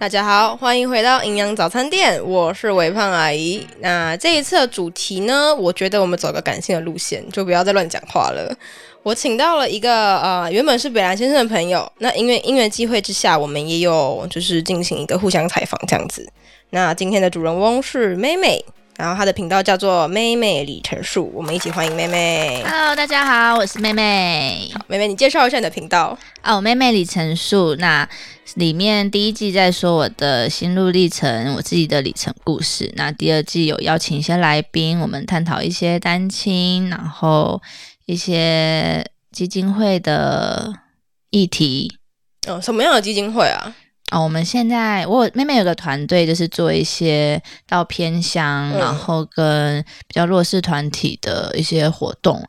大家好，欢迎回到营养早餐店，我是微胖阿姨。那这一次的主题呢，我觉得我们走个感性的路线，就不要再乱讲话了。我请到了一个呃，原本是北兰先生的朋友，那因为因缘机会之下，我们也有就是进行一个互相采访这样子。那今天的主人翁是妹妹，然后她的频道叫做妹妹李陈述，我们一起欢迎妹妹。啊 Hello，大家好，我是妹妹。妹妹，你介绍一下你的频道。哦，妹妹李陈述，那里面第一季在说我的心路历程，我自己的里程故事。那第二季有邀请一些来宾，我们探讨一些单亲，然后一些基金会的议题。嗯、什么样的基金会啊？哦，我们现在我有妹妹有个团队，就是做一些到偏乡，嗯然后跟比较弱势团体的一些活动。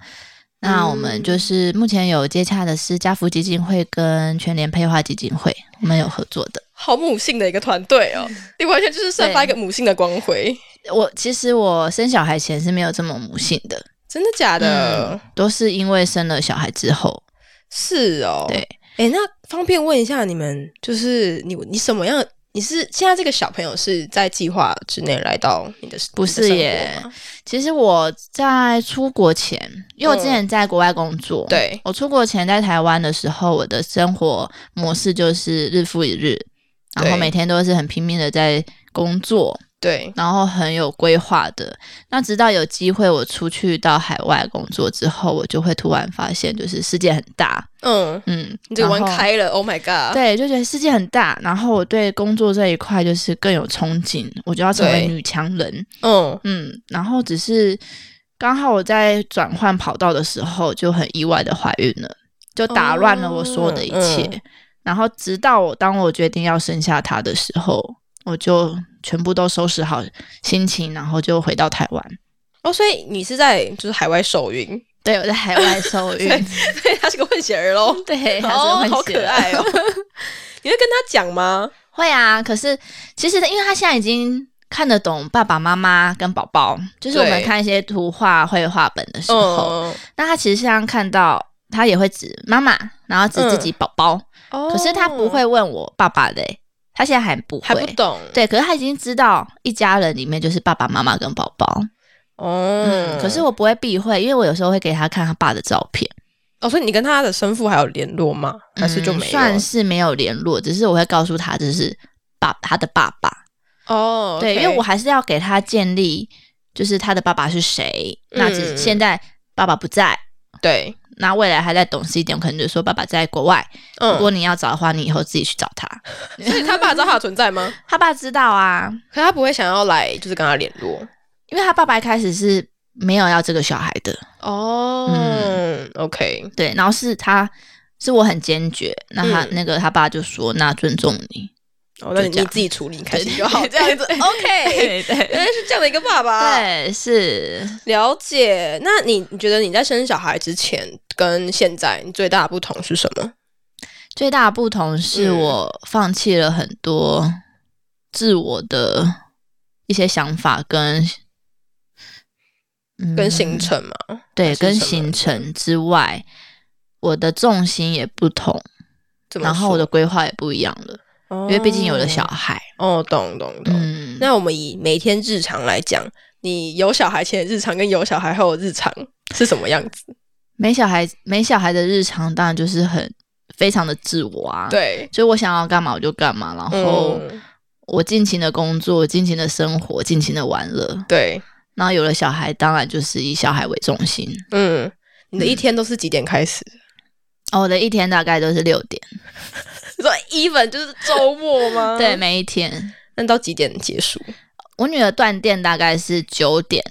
那我们嗯就是目前有接洽的是家福基金会跟全联配化基金会，我们有合作的。好母性的一个团队哦，你完全就是散发一个母性的光辉，我其实我生小孩前是没有这么母性的，真的假的？嗯都是因为生了小孩之后，是哦，对，哎，那方便问一下你们，就是你你什么样？你是现在这个小朋友是在计划之内来到你的不你是耶？的生活吗其实我在出国前，因为我之前在国外工作，嗯对，我出国前在台湾的时候，我的生活模式就是日复一日，然后对每天都是很拼命的在工作，对，然后很有规划的。那直到有机会我出去到海外工作之后，我就会突然发现，就是世界很大，嗯，嗯，你这个玩然后。开了，Oh my god！对，就觉得世界很大，然后我对工作这一块就是更有憧憬，我就要成为对女强人。嗯，嗯，然后只是刚好我在转换跑道的时候就很意外的怀孕了，就打乱了我所有的一切。哦嗯然后直到我当我决定要生下他的时候，我就全部都收拾好心情，然后就回到台湾。哦，所以你是在就是海外受孕， 对，我在海外受 孕，所以他是个混血儿喽。 对，他是哦混，血好可爱 哦！你会跟他讲吗？会啊，可是其实因为他现在已经看得懂爸爸妈妈跟宝宝，就是我们对看一些图画、绘画本的时候，嗯，那他其实像看到他也会指妈妈，然后指自己宝宝，哦可是他不会问我爸爸的欸、他现在还不还会。不懂对，可是他已经知道一家人里面就是爸爸妈妈跟宝宝。哦、嗯，可是我不会避讳，因为我有时候会给他看他爸的照片，哦，所以你跟他的生父还有联络吗？还是就没嗯有？算是没有联络，只是我会告诉他这是爸他的爸爸。哦，对，因 OK 为我还是要给他建立，就是他的爸爸是谁。那嗯只是现在爸爸不在，对，那未来他再懂事一点，我可能就说爸爸在国外，如嗯，果你要找的话，你以后自己去找他。所以他爸知道他的存在吗？他爸知道啊，可他不会想要来，就是跟他联络因为他爸爸一开始是没有要这个小孩的，哦 o k 对，然后是他是我很坚决，那他、嗯那个他爸就说那尊重你，哦，那你就这你样自己处理，你开心对就好，对这 样子啊对，OK。原对。来是这样的一个爸爸，，对，是了解。那你你觉得你在生小孩之前跟现在你最大的不同是什嗯么？最大的不同是嗯我放弃了很多自我的一些想法跟，嗯跟行程嘛，还对是跟什么行程之外，我的重心也不同，怎么然后我的规划也不一样了，说，因为毕竟有了小孩，哦，哦懂懂懂。嗯，那我们以每天日常来讲，你有小孩前的日常跟有小孩后的日常是什么样子？没小孩，没小孩的日常当然就是很非常的自我啊。，对，所以我想要干嘛我就干嘛，然后嗯、我尽情的工作，尽情的生活，尽情的玩乐。对，然后有了小孩，当然就是以小孩为中心。嗯，你的一天都是几点开始？哦，我的一天大概都是六点，你 说 even 就是周末吗？ 对，，每一天。那到几点结束？我女儿断电大概是九点，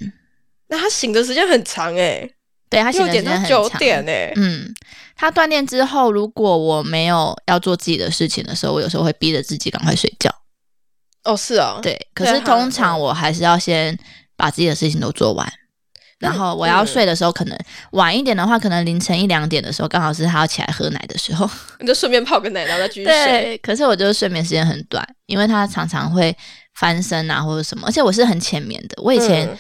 那他醒的时间很长哎、对她欸，醒六的时点间到很九长。点哎、嗯，她断电之后，如果我没有要做自己的事情的时候，我有时候会逼着自己赶快睡觉。哦，是哦，，对，可对是哈通常我还是要先把自己的事情都做完，那然你后我要嗯睡的时候，可能晚一点的话，可能凌晨一两点的时候，刚好是他要起来喝奶的 时候。你就顺便泡个奶，然后再继续睡。对， 可是我就是睡眠时间很短，因为他常常会翻身啊或者什么，而且我是很浅眠的。我以前嗯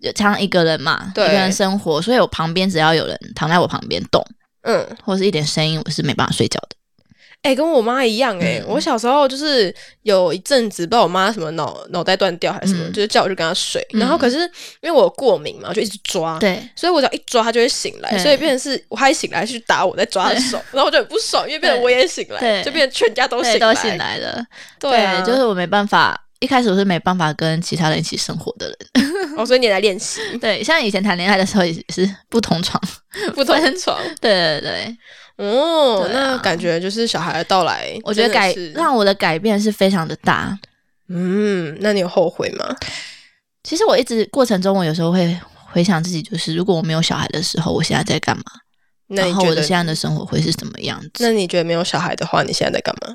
有常常一个人嘛，对一个人生活，所以我旁边只要有人躺在我旁边动嗯，或是一点声音，我是没办法睡觉的。哎、跟我妈一样哎、我小时候就是有一阵子不知道我妈什么脑脑袋断掉还是什么，嗯就是叫我去跟她睡，嗯然后可是因为我过敏嘛，我就一直抓，对，所以我只要一抓她就会醒来，对所以变成是我她一醒来去打我在抓她的手，然后我就很不爽，因为变成对我也醒来，对就变成全家都对，醒都来，醒来了。对啊，就是我没办法，一开始我是没办法跟其他人一起生活的人。哦，所以你也来练习对，像以前谈恋爱的时候也是不 同床。不 同床对对对，哦，对啊那感觉就是小孩的到来， 我觉真得的改是让我的改变是非常的大。嗯，那你有后悔吗？其实我一直过程中，我有时候会回想自己，就是如果我没有小孩的时候，我现在在干嘛？那然你后觉我得的现在的生活会是怎么样子？那你觉得没有小孩的话，你现在在干嘛？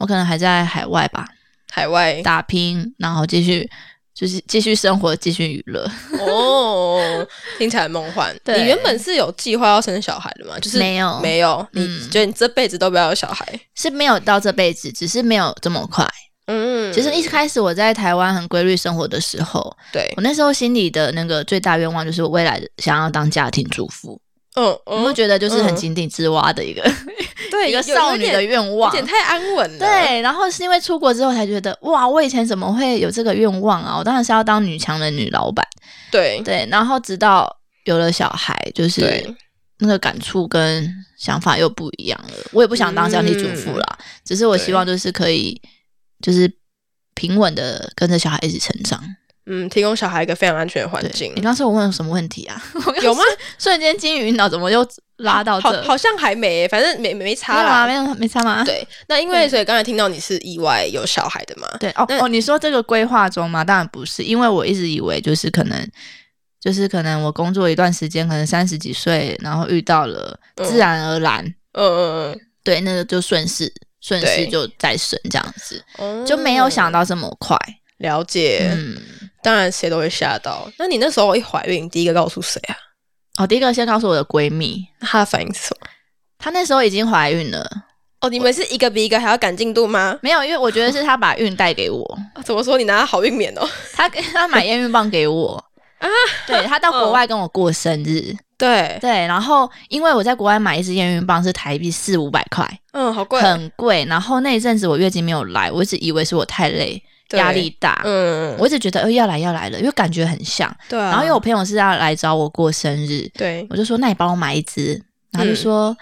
我可能还在海外吧，海外打拼，然后继续就是继续生活，继续娱乐。 哦，听起来很梦幻。对你原本是有计划要生小孩的吗？就是没有没有。你嗯觉得你这辈子都不要有小孩？是没有到这辈子，只是没有这么快。嗯，其实一开始我在台湾很规律生活的时候，对，我那时候心里的那个最大愿望就是我未来想要当家庭主妇，嗯我会嗯，觉得就是嗯很井底之蛙的一个、对， 一个有少女有的点愿有望。点太安稳了。，对，然后是因为出国之后才觉得，哇，我以前怎么会有这个愿望啊？我当然是要当女强人、女老板。对对，然后直到有了小孩，就嗯是对那个感触跟想法又不一样了。我也不想当家庭主妇啦，嗯只是我希望就是可以，就是平稳的跟着小孩一起成长。嗯，提供小孩一个非常安全的环对，境 你。刚刚说我问了什么问题啊？我刚有吗？ 瞬间金鱼脑怎么又拉到这？好，好像还没，反正没没没没差有啊，嗯没啦。有没差吗？对，那因为所以刚才听到你是意外有小孩的嘛，对哦那哦，你说这个规划中吗？当然不是，因为我一直以为就是可能，就是可能我工作一段时间，可能三十几岁，然后遇到了，嗯自然而然，嗯嗯对，那个就顺势顺势对就再生这样子，嗯，哦就没有想到到这么快。了解。嗯，当然谁都会吓到。那你那时候一怀孕，你第一个告诉谁啊？哦，第一个先告诉我的闺蜜，那她的反应是什么？她那时候已经怀孕了，哦，你们是一个比一个还要赶进度吗？没有，因为我觉得是她把孕带给我，啊怎么说？你拿好运棉哦。她给她买验孕棒给我。啊，嗯对她到国外跟我过生日，对， 对，然后因为我在国外买一支验孕棒是台币四五百块，嗯，好贵，很贵。然后那一阵子我月经没有来，我一直以为是我太累、对压力大，嗯，我一直觉得呃要来要来了，因为感觉很像。对啊，然后因为我朋友是要来找我过生日，对，我就说那你帮我买一支，然后嗯就说、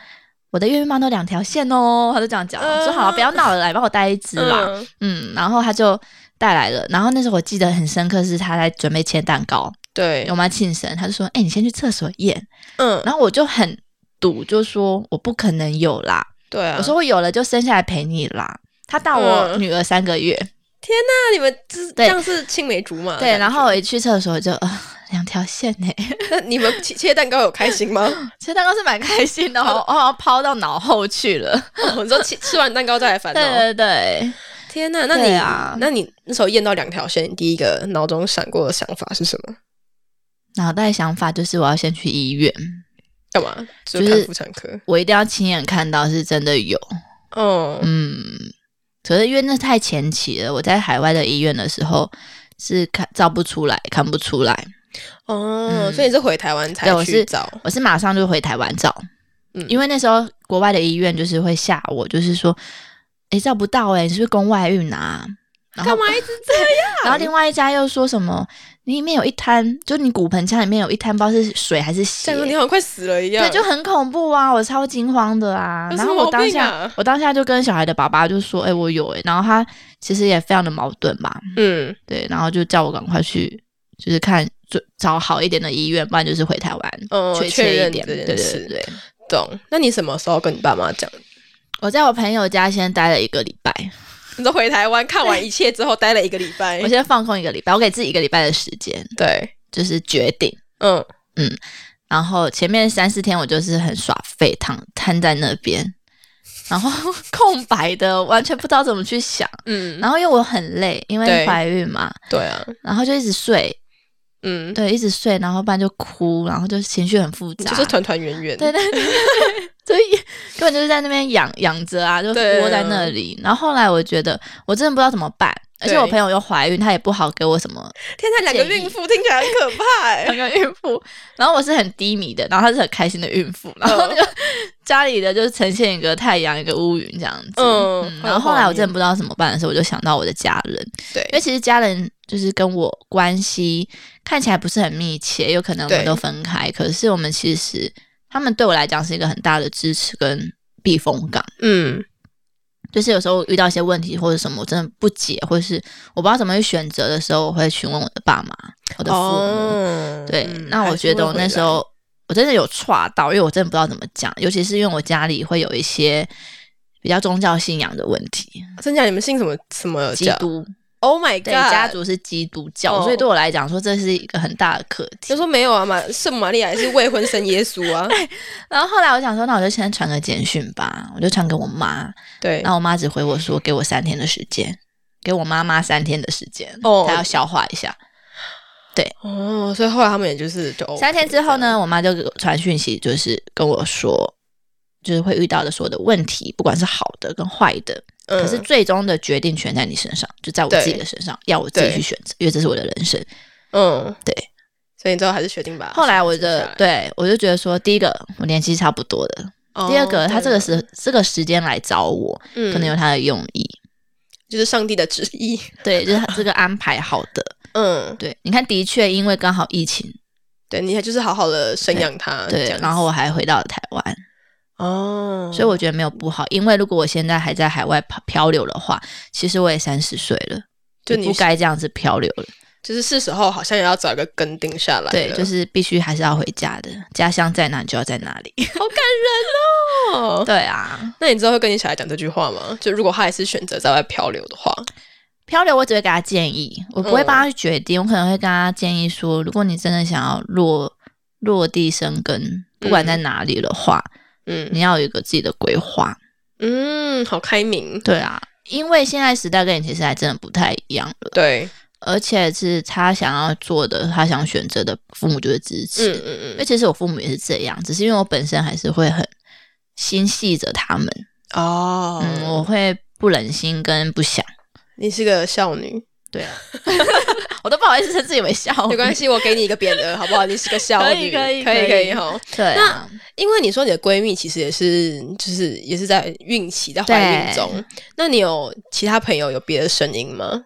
我的验孕棒都两条线哦，他就这样讲，嗯我说好不要闹了，来帮我带一支吧，嗯，嗯然后他就带来了。然后那时候我记得很深刻，是他在准备切蛋糕，对我，妈庆生，他就说哎、你先去厕所验，嗯，然后我就很赌，就说我不可能有啦，对啊。我说我有了就生下来陪你啦。他大我嗯女儿三个月，那你们这这对样是青梅竹马哦的感觉？对，然后我一去厕所就呃两条线呢、 那你们切切蛋糕有开心吗？ 其实蛋糕是蛮开心的，我我好像哦抛到脑后去了。哦你说吃吃完蛋糕再来烦恼？对对对，天呐，那你对啊那你那时候验到两条线，你第一个脑中闪过的想法是什么？脑袋想法就是我要先去医院，干嘛？就就是看妇产科。我一定要亲眼看到是真的有。哦，嗯，可是因为那太前期了，我在海外的医院的时候是看照不出来，看不出来。哦，嗯所以你是回台湾才对我去是找？我是马上就回台湾照，嗯因为那时候国外的医院就是会吓我，就是说，诶，照不到欸诶，你是不是宫外孕啊？然后干嘛一直这样？然后另外一家又说什么，你里面有一滩，就你骨盆腔里面有一滩，不知道是水还是血像，你好像快死了一样。对，就很恐怖啊，我超惊慌的啊。有什然么后毛我当病下，啊我当下就跟小孩的爸爸就说，诶，我有欸诶，然后他其实也非常的矛盾吧，嗯，对，然后就叫我赶快去，就是看。就找好一点的医院，不然就是回台湾，哦确确切认一点，这对件对事对对。懂。那你什么时候跟你爸妈讲？我在我朋友家先待了一个礼拜，你说回台湾看完一切之后，待了一个礼拜我。先放空一个礼拜，我给自己一个礼拜的时间，对，就是决定。嗯，然后前面三四天我就是很耍废，躺瘫在那边，然后 空白的，完全不知道怎么去想。嗯，然后因为我很累，因对为怀孕嘛，对啊，然后就一直睡，嗯，对，一直睡，然后不然就哭，然后就情绪很复你杂，就是团团圆圆。对对对， 所以根本就是在那边养养着啊，就对窝在那里。然后后来我觉得我真的不知道怎么办，而且我朋友又怀孕，她也不好给我什 么天哪，两个孕妇听起来很可怕哎、两 个孕妇，然后我是很低迷的，然后她是很开心的孕妇，然后嗯那个家里的就是呈现一个太阳一个乌云这样子。嗯嗯，然后后来我真的不知道怎么办的时候，我就想到我的家人，因为对其实家人就是跟我关系看起来不是很密切，有可能我们对都分开，可是我们其实他们对我来讲是一个很大的支持跟避风港。嗯就是有时候遇到一些问题或者什么，我真的不解，或者是我不知道怎么去选择的时候，我会询问我的爸妈、我的父母。哦，对，嗯那我觉得我那时，候我真的有岔到，因为我真的不知道怎么讲，尤其是因为我家里会有一些比较宗教信仰的问题，还是会回来真假你们信什么什么基教督？Oh my 对 god！家族是基督教，哦所以对我来讲说这是一个很大的课题就。说没有啊，玛圣母玛利亚也是未婚生耶稣啊，哎然后后来我想说，那我就先传个简讯吧，我就传给我妈，对然，后我妈只回我说给我三天的时间，给我妈妈三天的时间，哦她要消化一下。哦，所以后来他们也就是就 OK 三天之后呢，我妈就给我传讯息，就是跟我说，就是会遇到的所有的问题，不管是好的跟坏的，这样，可是最终的决定权在你身上，就在我对自己的身上，要我自己对去选择，因为这是我的人生。嗯嗯对，所以你最后还是决定把后来我生下的对我就觉得说，第一个我年纪差不多的，哦第二个他这个对了时这个时间来找我，嗯可能有他的用 意，就是上帝的旨意，对，就是他这个安排好的。嗯，对，你看，的确因为刚好疫情，对，你还就是好好的生养他，呃这对样，子然后我还回到了台湾，哦，所以我觉得没有不好，因为如果我现在还在海外漂漂流的话，其实我也三十岁了，就也你不该这样子漂流了。就是是时候好像也要找一个根定下来，对，就是是必须还是要回家的，家乡在哪你就要在哪里。好感人哦。 对啊，那你之后会跟你小孩讲这句话吗？就如果他还是选择在外漂流的话，漂流我只会给他建议，我不会帮他去决定，我可能会跟他建议说，如果你真的想要落落地生根，不管在哪里的话，嗯你要有一个自己的规划。嗯，好开明，对啊，因为现在时代跟以前时代真的不太一样了，对，而且是他想要做的，他想选择的，父母就会支嗯嗯持。因为嗯，其实我父母也是这样，只是因为我本身还是会很心系着他们，哦，嗯，我会不忍心跟不想，你是个少女，对啊，我都不好意思称自己为笑，没关，系，我给你一个匾额，好不 好？你是个少哦可以女，可以可可以可以哈。对啊，因为你说你的闺蜜其实也是，就是也是在孕期，在怀孕对中。那你有其他朋友有别的声音吗？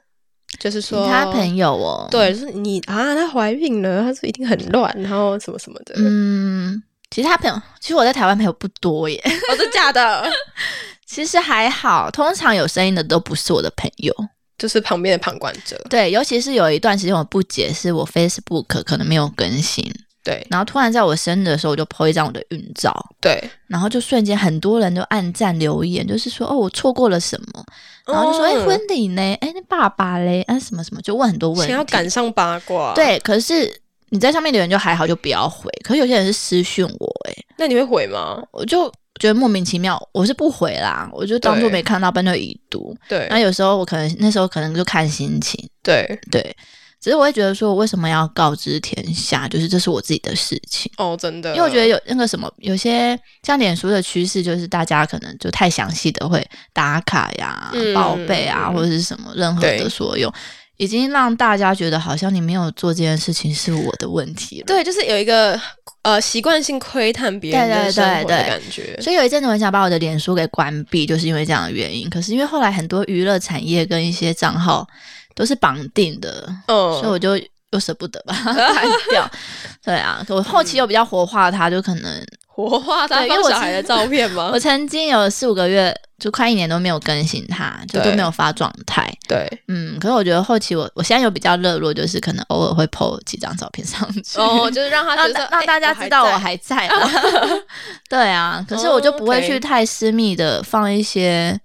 就是其说他朋友哦，，对，就是你啊，她怀孕了，她说一定很乱，然后什么什么的。嗯，其实他朋友，其实我在台湾朋友不多耶， 哦，真假的？ 其实还好，通常有声音的都不是我的朋友，就是旁边的旁观者，对，尤其是有一段时间我不解，是我 Facebook 可能没有更新，对然后突然在我生日的时候，我就 po 一张我的孕照，对，然后就瞬间很多人都暗赞留言，就是说哦，我错过了什么，然后就说哎、嗯婚礼呢？哎、那爸爸嘞？啊，什么什么，就问很多问想题。要赶上八卦，，对，可是你在上面留言就还好，就不要回。可是有些人是私讯我、哎，那你会回吗？我就觉得莫名其妙，我是不回啦，我就当做对没看到，不然就已读。对那有时候我可能那时候可能就看心情，对，对。只是我会觉得说，我为什么要告知天下？就是这是我自己的事情。哦，真的，因为我觉得有那个什么，有些像脸书的趋势，就是大家可能就太详细的会打卡呀、嗯报备啊，嗯或者是什么任何对的所有，已经让大家觉得好像你没有做这件事情是我的问题了。对，就是有一个呃习惯性窥探别人的对对生活的对对感觉，所以有一阵子我很想把我的脸书给关闭，就是因为这样的原因。可是因为后来很多娱乐产业跟一些账号都是绑定的，嗯，所以我就又舍不得把 它关掉。对啊，可我后期又比较活化它，就可能活化他对因放为我小孩的照片吗我？曾经有四五个月，就快一年都没有更新它，就对都没有发状态。对， 嗯，可是我觉得后期我我现在有比较热络，就是可能偶尔会 PO 几张照片上去，哦，就是 让他让觉得大让大家知道哎我。还 在啦。对啊，可是我就不会哦，OK 去太私密的放一些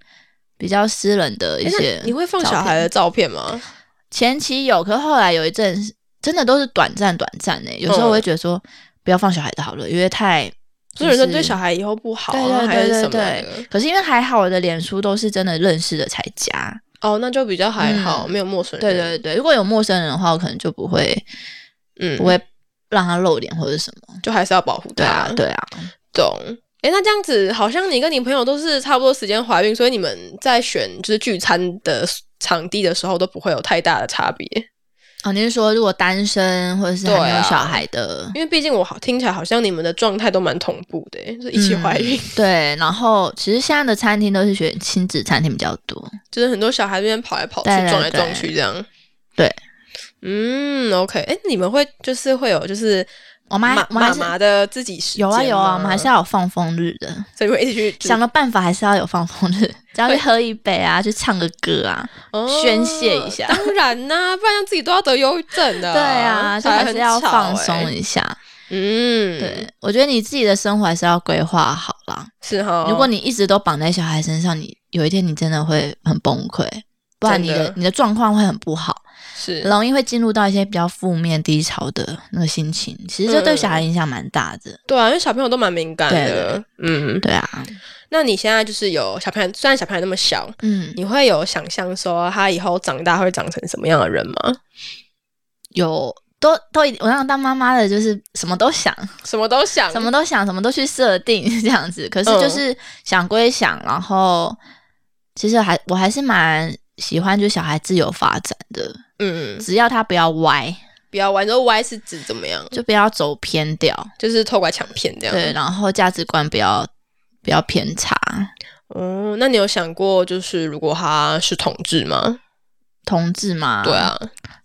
比较私人的一哎些那。你会放小孩？的照片吗？前期有，可是后来有一阵子真的都是短暂短暂的、有时哦候我会觉得说不要放小孩的好了，因为太。所以有人就对是小孩以后不好对啊，对还是对什么对对的。。可是因为还好，我的脸书都是真的认识的才加。哦，那就比较还好，嗯没有陌生对人。对对，如果有陌生人的话，我可能就不会嗯，不会让他露脸或者什么。就还是要保护他。对啊，对啊，懂。哎，那这样子，好像你跟你朋友都是差不多时间怀孕，所以你们在选就是聚餐的场地的时候都不会有太大的差别，哦，你是说如果单身或者是还没对有啊小孩的，因为毕竟我好听起来好像你们的状态都蛮同步的，就是一起怀嗯孕，对，然后其实现在的餐厅都是选亲子餐厅比较多，就是很多小孩这边跑来跑去、对对撞来对撞去这样。对，嗯，OK，哎，你们会就是会有就是我们还妈我们还妈是妈的自己时有啊间有啊，我们吗还是要有放风日的，所以会一起去就是想个办法还是要有放风日，只要去喝一杯啊，去唱个歌啊，哦宣泄一下当然啦、不然自己都要得忧郁症的。对啊，就小孩还很是要吵放欸松。一下。嗯，对，，我觉得你自己的生活还是要规划好啦。是哈。如果你一直都绑在小孩身上，你有一天你真的会很崩溃，不然你真的的你的状况会很不好，是容易会进入到一些比较负面低潮的那个心情。其实这对小孩影响蛮大的，对啊，因为小朋友都蛮敏感的对。嗯，对啊，那你现在就是有小朋友，虽然小朋友那么小，嗯，你会有想象说他以后长大会长成什么样的人吗？有都都一我让当妈妈的就是什么都想，什么都想，什么都想，什么都去设定这样 子。可是嗯就是想归想，然后其实还我还是蛮喜欢就小孩自由发展的，嗯，只要他不要歪，不要玩。之后歪是指怎么样？就不要走偏掉，就是偷拐抢骗这样。对，，然后价值观不要不要偏差。哦，那你有想过，就是如果他是同志吗？同志嘛，对，啊，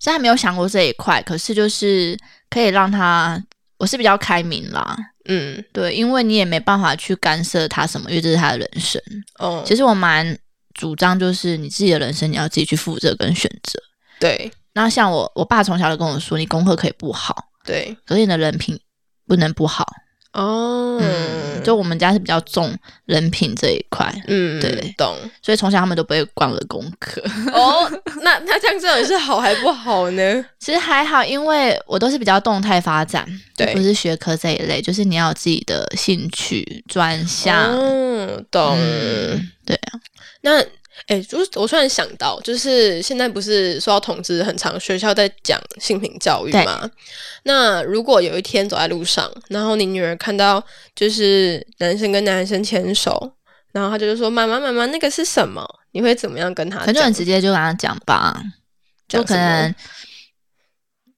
虽然没有想过这一块，可是就是可以让他，我是比较开明啦，嗯，对，因为你也没办法去干涉他什么，因为这是他的人生。哦，其实我蛮主张，就是你自己的人生你要自己去负责跟选择。对那像我，我爸从小就跟我说，你功课可以不好，对，可是你的人品不能不好。哦，嗯，就我们家是比较重人品这一块，嗯，对懂。所以从小他们都不会管我的功课。哦，那那这样这种是好还不好 呢？其实还好，因为我都是比较动态发展，对不是学科这一类，就是你要有自己的兴趣专项。嗯，懂。嗯，对啊，那哎、就是我突然想到，就是现在不是说到统治很长，学校在讲性平教育对嘛？那如果有一天走在路上，然后你女儿看到就是男生跟男生牵手，然后她就说：“妈妈，妈妈，那个是什么？”你会怎么样跟她可能就讲很？直接就跟他讲吧，讲就可什么能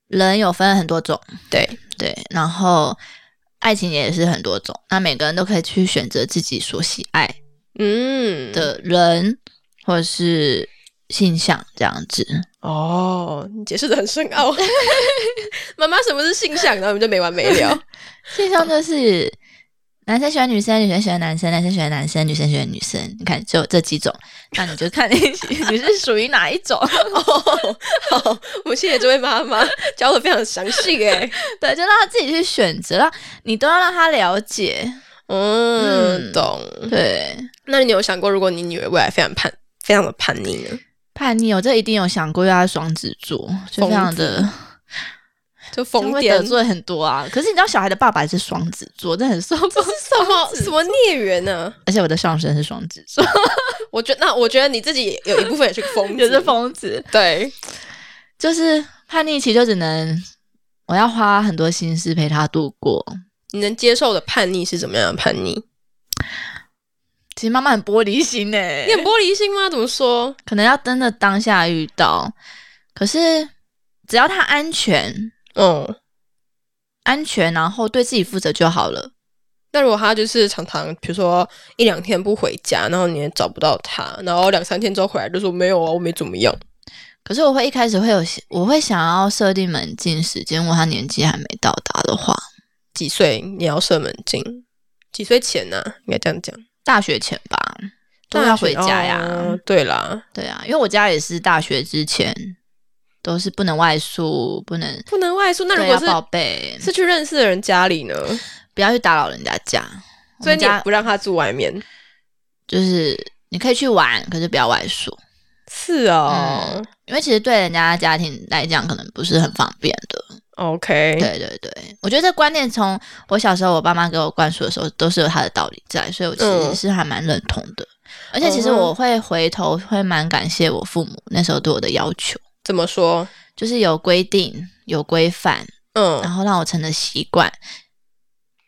人有分很多种，对，对，然后爱情也是很多种，那每个人都可以去选择自己所喜爱嗯，的人或者是性向这样子。哦，你解释的很深 奥。妈妈，什么是性向？然后我们就没完没 了。性向就是男生喜欢女生，女生喜欢男生，男生喜欢男生，女生喜欢女生。你看，就这几种，那你就看 你你是属于哪一种。哦，好，我们谢谢这位妈妈教的非常详细哎。对，就让他自己去选择，让你都要让他了解。 嗯，嗯懂。对，那你有想过，如果你女儿未来非常叛，非常的叛逆呢？叛逆，我哦这一定有想过，因为他是双子座，就非常的就就疯会癫得，罪很多啊。可是你知道，小孩的爸爸也是双子座，真的很受不了。什么什么孽缘啊呢？而且我的上身是双子座，我觉得，那我觉得你自己有一部分也是个 疯子，也是疯子。对，就是叛逆期就只能我要花很多心思陪他度过。你能接受的叛逆是怎么样的叛逆？其实妈妈很玻璃心呢、你很玻璃心吗？怎么说？可能要真的当下遇到，可是只要他安全、嗯，安全，然后对自己负责就好了。那如果他就是常常，比如说一两天不回家，然后你也找不到他，然后两三天之后回来就说没有啊，我没怎么样。可是我会一开始会有，我会想要设定门禁时间，如果他年纪还没到达的话，几岁你要射门禁？几岁前呢、应该这样讲，大学前吧，都要啊回家呀。哦对啦，对啊，因为我家也是大学之前都是不能外宿，不能不能外宿。那如对啊果要是报备，是去认识的人家里呢，不要去打扰人家家。所以你也我们家不让他住外面。就是你可以去玩，可是不要外宿。是哦、因为其实对人家家庭来讲，可能不是很方便的。 o k 对对对，我觉得这观念从我小时候我爸妈给我灌输的时候，都是有它的道理在，所以我其嗯实是还蛮认同的。而且其实嗯哼我会回头会蛮感谢我父母那时候对我的要求，怎么说？就是有规定、有规范，然嗯后让我成了习惯。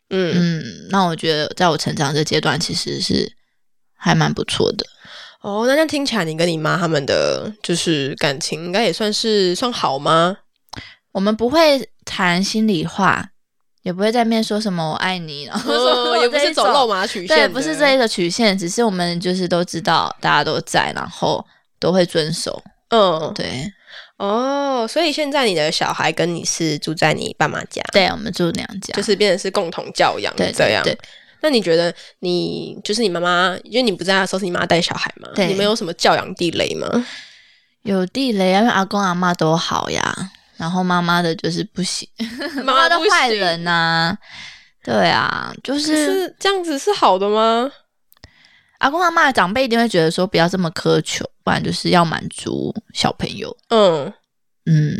嗯，嗯嗯，那我觉得在我成长这阶段，其实是还蛮不错的。哦，那这样听起来，你跟你妈他们的就是感情，应该也算是算好吗？我们不会谈心里话，也不会在面说什 么“我爱你”，然后说、哦 也不是走肉。麻曲线对，的，不是这一个曲线，只是我们就是都知道大家都在，然后都会遵守。嗯，对，哦，所以现在你的小孩跟你是住在你爸妈家，对，我们住娘家，就是变成是共同教养对这样。对对那你觉得你就是你妈妈，因为你不在家的时候是你妈带小孩嘛？对你们有什么教养地雷吗？有地雷啊，因为阿公阿妈都好呀，然后妈妈的就是不行，妈 妈都的坏人呐、对啊，就可是是这样子是好的吗？阿公阿妈的长辈一定会觉得说不要这么苛求，不然就是要满足小朋友。嗯嗯，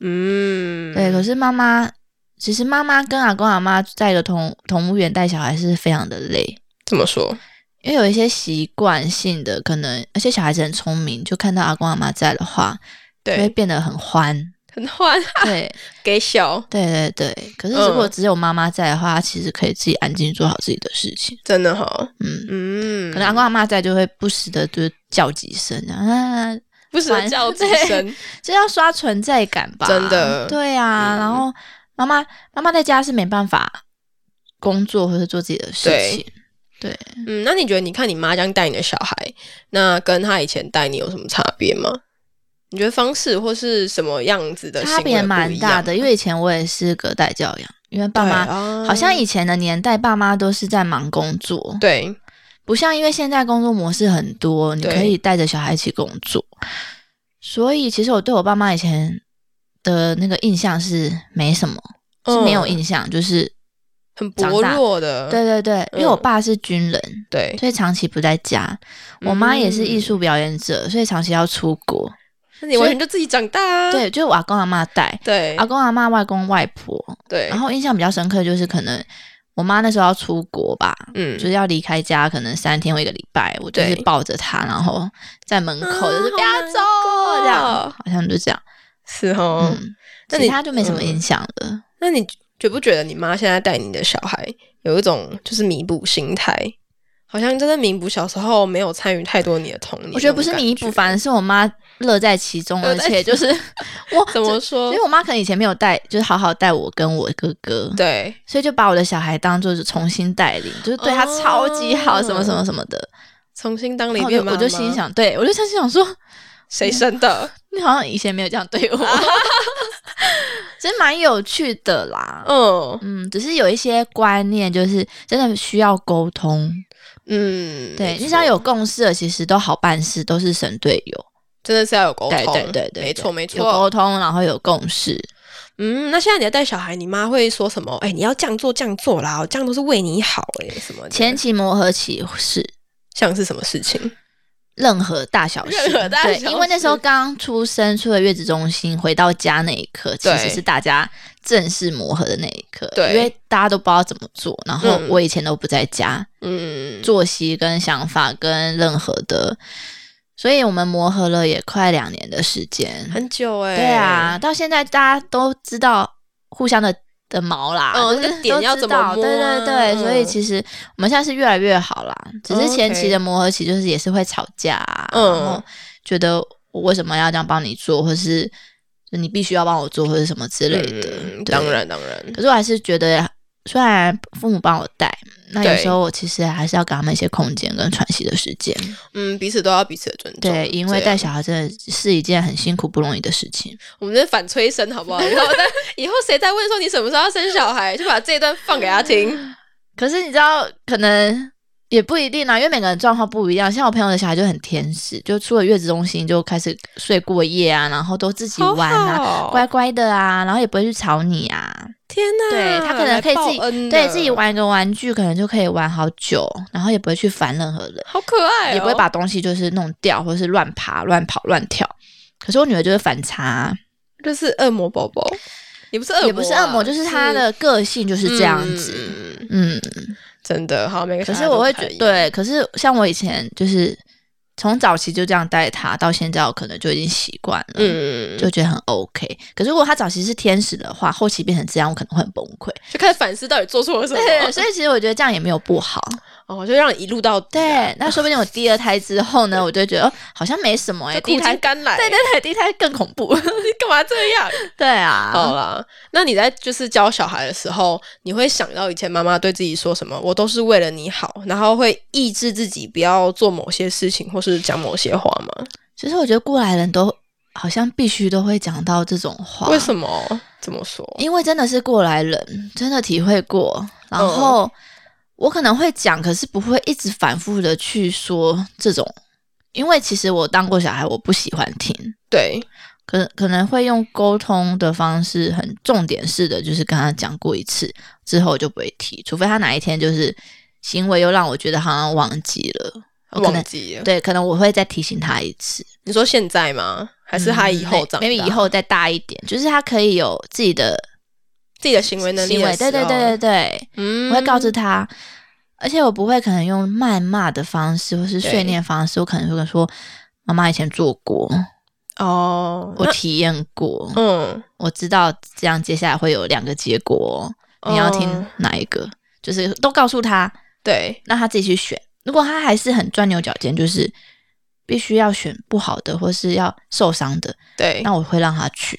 嗯，对。可是妈妈，其实妈妈跟阿公阿妈在一个同同屋园带小孩是非常的累，怎么说？因为有一些习惯性的可能，而且小孩子很聪明，就看到阿公阿妈在的话，就会对，变得很 欢。很欢对给小，对对对。可是如果嗯只有妈妈在的话，她其实可以自己安静做好自己的事情。真的哈，嗯，嗯，可能阿公阿妈在就会不时的就是叫几声啊，不时地管叫几对声，这要刷存在感吧？真的对啊。嗯然后妈妈妈妈在家是没办法工作或者做自己的事情，对，嗯，那你觉得你看你妈这样带你的小孩，那跟她以前带你有什么差别吗？你觉得方式或是什么样子的差别蛮大的。因为为以前我也是隔代教养，因为爸妈、哦好像以前的年代，爸妈都是在忙工作，嗯对不像因为现在工作模式很多，你对可以带着小孩一起工作。所以其实我对我爸妈以前的那个印象是没什么，是没有嗯印象，就是很长薄大弱的，对对对，因为我嗯爸是军人，对，嗯所以长期不在家。我妈也是艺术表演者，所以长期要出国。那你完全就自己长大啊，对，就是我阿公阿妈带，对阿公阿妈、外公外婆。对，然后印象比较深刻就是可能我妈那时候要出国吧，嗯就是要离开家，可能三天或一个礼拜，我就是对抱着她，然后在门口就是啊不要走好难过这样，好像就这样。是哦。嗯，那其你他就没什么嗯印象了。那你觉不觉得你妈现在带你的小孩有一种就是弥补心态？好像真的弥补小时候没有参与太多你的童年那种感觉。我觉得不是弥补，反而是我妈乐在其中，乐而在且其就是 我 怎么说因为？我妈可能以前没有带，就是好好带我跟我哥哥，对，所以就把我的小孩当做是重新带领，就是对他哦超级好，什么什么什么的。重新当了然一后我遍哦就妈妈哦我就心想，对我就心想说，谁生的？你好像以前没有这 样对我，其实蛮有趣 的啦。嗯嗯，只是有一些观念，就是真的需要沟通。嗯，对，没错你只要有共识了，其实都好办事，都是神队友。真的是要有沟对通，对对对，没错对没有沟错。通，然后有共识。嗯，那现在你在带小孩，你妈会说什么？哎、你要这样做这样做啦，这样都是为你好哎、什么的？前期磨合期是像是什么事情？任何大小事，任何大小事对，因为那时候刚出生，出了月子中心，回到家那一刻，其对实是大家正式磨合的那一刻，对因为大家都不知道怎么做，然后嗯我以前都不在家，嗯，作息跟想法跟任何的，所以我们磨合了也快两年的时间，很久哎、对啊，，到现在大家都知道互相的。的毛啦，嗯就是那个点都知要怎么道摸对啊对对，所以嗯哦其实我们现在是越来越好啦，只是前期 OK 的磨合期就是也是会吵架、啊，嗯然后觉得我为什么要这样帮你做，或是就你必须要帮我做，或者什么之类的。嗯、对当，然当然，可是我还是觉得，虽然父母帮我带，那有对时候我其实还是要给他们一些空间跟喘息的时间。嗯，彼此都要彼此的尊重。对，因为这样带小孩真的是一件很辛苦、不容易的事情。我们在反催生好不 好？以后在以后谁再问说你什么时候要生小孩，就把这一段放给他听。可是你知道，可能也不一定啦，因为每个人状况不一样。像我朋友的小孩就很天使，就出了月子中心就开始睡过夜啊，然后都自己玩啊，好好乖乖的啊，然后也不会去吵你啊。天哪！对他可能可以自己来报恩的对自己，玩一个玩具，可能就可以玩好久，然后也不会去烦任何人，好可爱、哦，也不会把东西就是弄掉，或是乱爬、乱跑、乱跳。可是我女儿就是反差啊、就是恶魔宝宝，也不是恶魔啊、也不是恶魔，就是她的个性就是这样子。嗯嗯嗯，真的好，每个可小孩是我会都觉不太一样，对，可是像我以前就是从早期就这样带她，到现在我可能就已经习惯了。嗯，就就觉得很 OK，可是如果她早期是天使的话，后期变成这样，我可能会很崩溃。就开始反思到底做错了什么。 对，所以其实我觉得这样也没有不好。哦，就让你一路到底啊、对，那说不定我第二胎之后呢，我就觉得、哦、好像没什么哎、就第一苦胎尽，甘来。对对对，第一胎更恐怖。你干嘛这样？ 对啊，好啦，那你在就是教小孩的时候，你会想到以前妈妈对自己说什么？我都是为了你好，然后会抑制自己不要做某些事情或是讲某些话吗？其实我觉得过来人都好像必须都会讲到这种话，为什么？怎么说？因为真的是过来人，真的体会过。然后、嗯我可能会讲，可是不会一直反复的去说这种，因为其实我当过小孩，我不喜欢听。对，可可能会用沟通的方式，很重点式的，就是跟他讲过一次之后我就不会提，除非他哪一天就是行为又让我觉得好像忘记了，我可忘能记了。对，可能我会再提醒他一次。你说现在吗？还是他以后长大、 m a y b e 以后再大一点，就是他可以有自己的自己的行为能力行的为，对对时候对对，对，嗯我会告知他，而且我不会可能用谩骂的方式或是对训练方式，我可能会说妈妈以前做过，嗯哦，我体验过，嗯，我知道这样接下来会有两个结果，你要听哦哪一个？就是都告诉他，对，让他自己去选。如果他还是很钻牛角尖，就是必须要选不好的或是要受伤的，对，那我会让他去。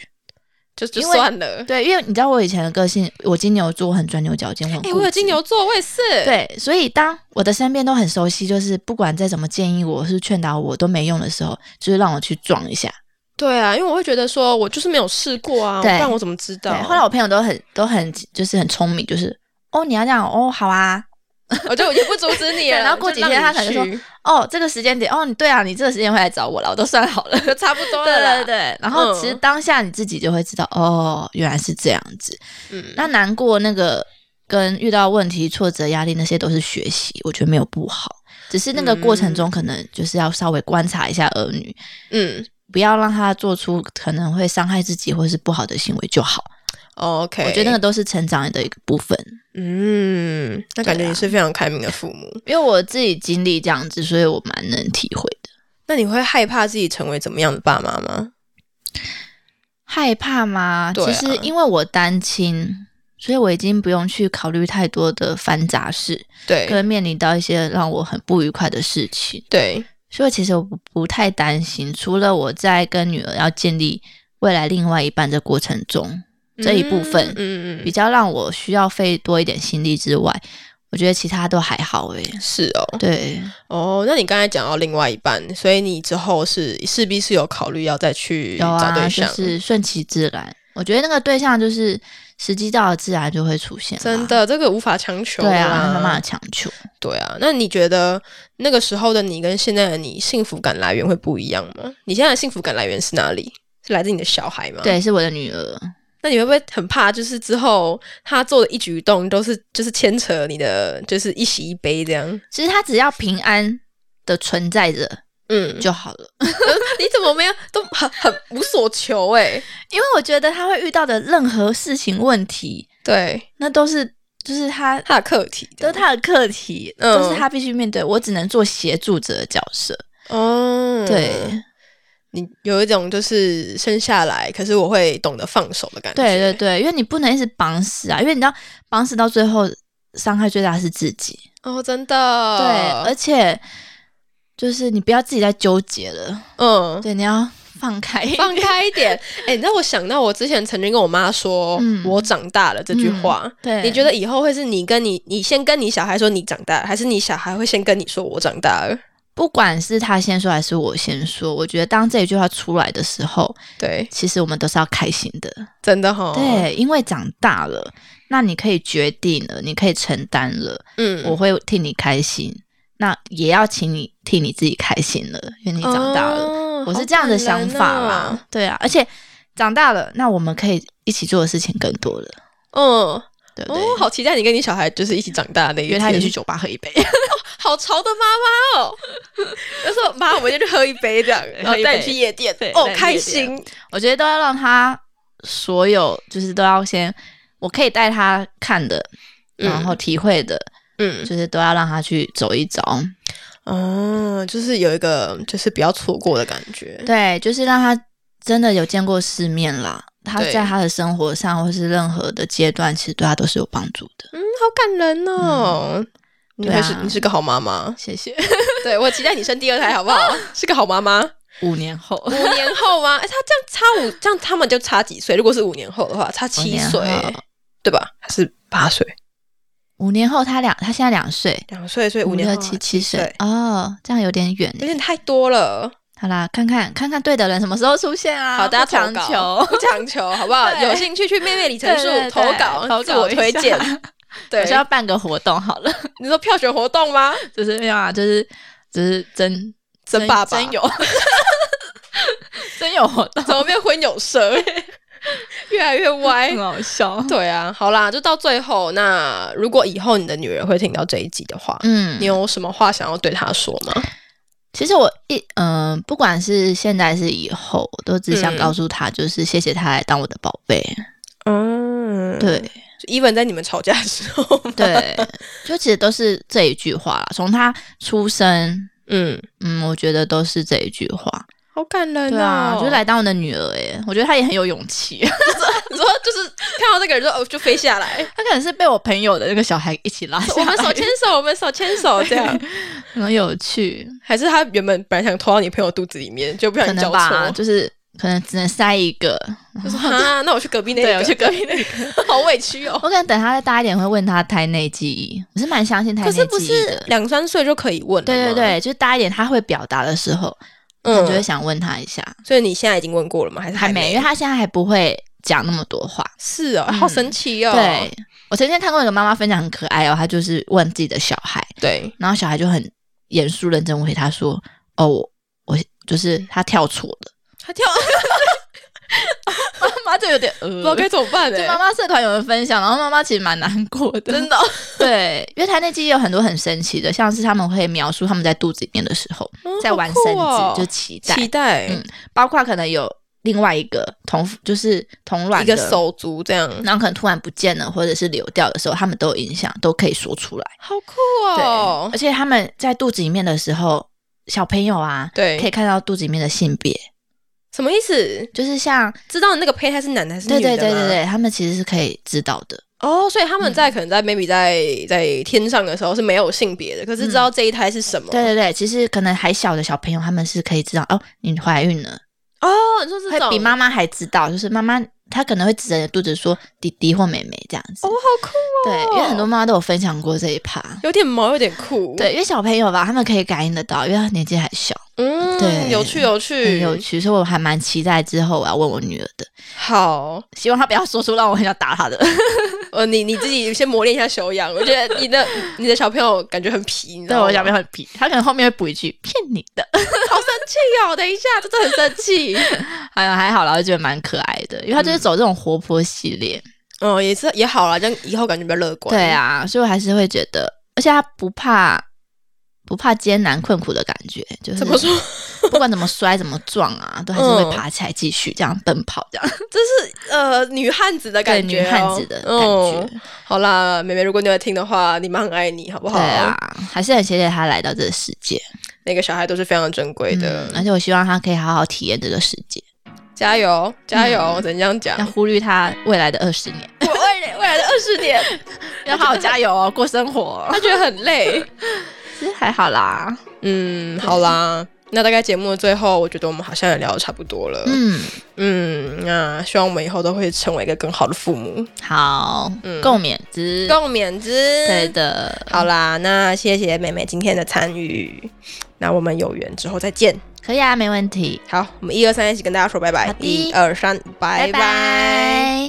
就就因为算了。对，因为你知道我以前的个性，我金牛座我很钻牛角尖，我很哎、固我有执金牛座，我也是。对，所以当我的身边都很熟悉，就是不管再怎么建议我，是劝导我都没用的时候，就是让我去撞一下。对啊，因为我会觉得说，我就是没有试过啊，不对然我怎么知道对，？后来我朋友都很都很就是很聪明，就是哦你要这样哦好啊，我就我就不阻止你了。 对然后过几天他可能说哦这个时间点哦你对啊你这个时间会来找我了，我都算好了。 就差不多对了啦。 对对，然后其实嗯当下你自己就会知道，哦，原来是这样子。嗯，那难过那个跟遇到问题、挫折、压力那些都是学习，我觉得没有不好，只是那个过程中可能就是要稍微观察一下儿女，嗯不要让他做出可能会伤害自己或是不好的行为就好。 ，OK，我觉得那个都是成长的一个部分。嗯，那感觉对啊你是非常开明的父母。因为我自己经历这样子，所以我蛮能体会的。那你会害怕自己成为怎么样的爸妈吗？害怕吗？对啊其实因为我单亲，所以我已经不用去考虑太多的繁杂事。对可能面临到一些让我很不愉快的事情，对，所以其实我不不太担心。除了我在跟女儿要建立未来另外一半的过程中，这一部分嗯嗯比嗯，较让我需要费多一点心力之外，我觉得其他都还好诶、是哦，对，哦，那你刚才讲到另外一半，所以你之后是势必是有考虑要再去有找啊，对就象，是顺其自然。我觉得那个对象就是时机到了，自然就会出现。真，的这个无法强求啊对啊，啦没办法强求。对啊，那你觉得那个时候的你跟现在的你幸福感来源会不一样吗？你现在的幸福感来源是哪里？是来自你的小孩吗？，对，是我的女儿。那你会不会很怕，就是之后他做的一举一动都是就是牵扯你的，就是一喜一悲这样？其实她只要平安的存在着嗯，就好了。 你怎么没有都很很无所求哎、因为我觉得他会遇到的任何事情问题，对，那都是就是他他的课题这都样是他的课题，嗯都是他必须面对。我只能做协助者的角色。哦，对、你有一种就是生下来，可是我会懂得放手的感觉。对对对，因为你不能一直绑死啊，因为你知道绑死到最后伤害最大的是自己。哦，真的，对，而且就是你不要自己再纠结了，嗯，对，你要放开。放开一点。 哎、你知道我想到我之前曾经跟我妈说“嗯我长大了”这句话。对，你觉得以后会是你跟你你先跟你小孩说你长大了，还是你小孩会先跟你说我长大了？不管是他先说还是我先说，我觉得当这一句话出来的时候，对，其实我们都是要开心的。真的哈。，对，因为长大了，那你可以决定了，你可以承担了，嗯，我会替你开心，那也要请你替你自己开心了，因为你长大了，哦我是这样的想法啦。。对啊，而且长大了，那我们可以一起做的事情更多了，好对不感人对？哦嗯，哦，好期待你跟你小孩就是一起长大的那一因天。为他也去酒吧喝一杯， 好潮的妈妈哦，就说妈，我们今天去喝一杯这样，然后带你去夜店对，哦带，你去夜店开心。我觉得都要让他所有就是都要先，我可以带他看的，嗯然后体会的，嗯，就是都要让他去走一走。哦，就是有一个就是不要错过的感觉。对，就是让他真的有见过世面啦。他对在他的生活嗯上或是任何的阶段，其实对他都是有帮助的。好感人哦！你对会啊。是、你是个好妈妈谢谢。 对我期待你生第二胎，好不好？ 是个好妈妈。五年后，五年后吗？哎，他这样差五，这样他们就差几岁？如果是五年后的话，差五七年岁，后对吧？还是八岁？五年后他两，他现在两岁，两岁，所以五年六后七七岁岁，哦，这样有点远耶。有点太多了。好啦，看看看看对的人什么时候出现啊？好，大家不强投稿，求，不强求，好不好？对有兴趣去妹妹里 陈述对对对投稿，投稿自我推荐一下。对 我，是要办个活动好了， 你说票选活动吗？就是没有啊，就是就是真真爸爸真有真有活动， 怎么变婚友 社？越来越歪很。好笑。对啊，好啦，就到最后。那如果以后你的女儿会听到这一集的话，嗯你，有什么话想要对她说吗？其实我一嗯、不管是现在是以后，我都只想嗯告诉他，就是谢谢他来当我的宝贝。嗯，对，就 even 在你们吵架的时候，，对，就其实都是这一句话啦。从他出生，嗯，嗯，我觉得都是这一句话。好感人、哦、对啊，就是来当我的女儿哎、我觉得她也很有勇气。 你说就是看到那个人就哦就飞下来，她可能是被我朋友的那个小孩一起拉下来， 我们手牵手，我们手牵手这样， 很有趣，还是他原本本来想拖到你朋友肚子里面，就不小可心能交吧，错，就是可能只能塞一个。就说啊，那我去隔壁那个，对我去隔壁那个， 好委屈哦。我可能等她再大一点会问她胎内记忆，我是蛮相信胎可内是不记忆是的。两三岁就可以问了对对吗，对，就是大一点她会表达的时候，我嗯就会想问她一下，所以你现在已经问过了吗？还是还没？没，因为她现在还不会讲那么多话。是哦，嗯好神奇哦。对我曾经看过一个妈妈分享很可爱哦，她就是问自己的小孩，对，然后小孩就很严肃认真回他说：“哦，我我就是他跳错 了。他跳，妈妈就有点呃不知道该怎么办就哎妈。妈社团有人分享，然后妈妈其实蛮难过的，真的哦， 对，因为台内记忆有很多很神奇的，像是他们会描述他们在肚子里面的时候，嗯在玩好绳酷子，哦就脐带，期待嗯包括可能有另外一个同就是同卵一的个，手足这样，然后可能突然不见了，或者是流掉的时候，他们都有影响，都可以说出来。好酷对，哦而。且他们在肚子里面的时候，小朋友啊，对可以看到肚子里面的性别，什么意思？就是像知道那个胚胎是男的还是对女的对对吗对对，他们其实是可以知道的，哦，所以嗯他们在、可能在 maybe 在在天上的时候是没有性别的，可是知道这一胎是什么。嗯对对对，其实可能还小的小朋友他们是可以知道哦，你怀孕了，哦，你说这会种比妈妈还知道，就是妈妈她可能会指着你的肚子说弟弟或妹妹这样子，哦，好酷哦，嗯对，因为很多妈妈都有分享过这一趴，有点毛，有点酷，，对，因为小朋友吧，他们可以感应得到，因为他年纪还小，嗯，对有趣有趣很有，趣，所以我还蛮期待之后我要问我女儿的，好，希望她不要说出让我很想打她的。呃，你你自己先磨练一下修养，我觉得你的你的小朋友感觉很皮，你知对道吗我小朋友很皮，他可能后面会补一句骗你的。好生气哦，等一下，真的很生气，还有还好啦，我觉得蛮可爱的，因为他嗯就是走这种活泼系列。哦，也是也好啦，这样以后感觉比较乐观，对，啊，所以我还是会觉得，而且他不怕不怕艰难困苦的感觉，就是怎么说，嗯不管怎么摔怎么撞啊，都还是会爬起来继续这样奔跑，这样这是呃女汉子的对感觉女哦，汉子的感嗯觉。好啦，妹妹，如果你有听的话，你妈很爱你，好不对好？哦啊，还是很谢谢他来到这个世界。每个小孩都是非常珍贵的，嗯而且我希望他可以好好体验这个世界，加油加油！只能这样 要讲。忽略他未来的二十年， 我嗯未来未来的二十年，要好好加油哦，过生活哦。 他觉得很累。其实还好啦，嗯，好啦，那大概节目的最后，我觉得我们好像也聊得差不多了。嗯嗯。那希望我们以后都会成为一个更好的父母，好，嗯共勉之，共勉之。对。的，好啦，那谢谢妹妹今天的参与，那我们有缘之后再见。可以啊，没问题，好，我们一二三一起跟大家说拜拜好，的一二三，拜拜拜拜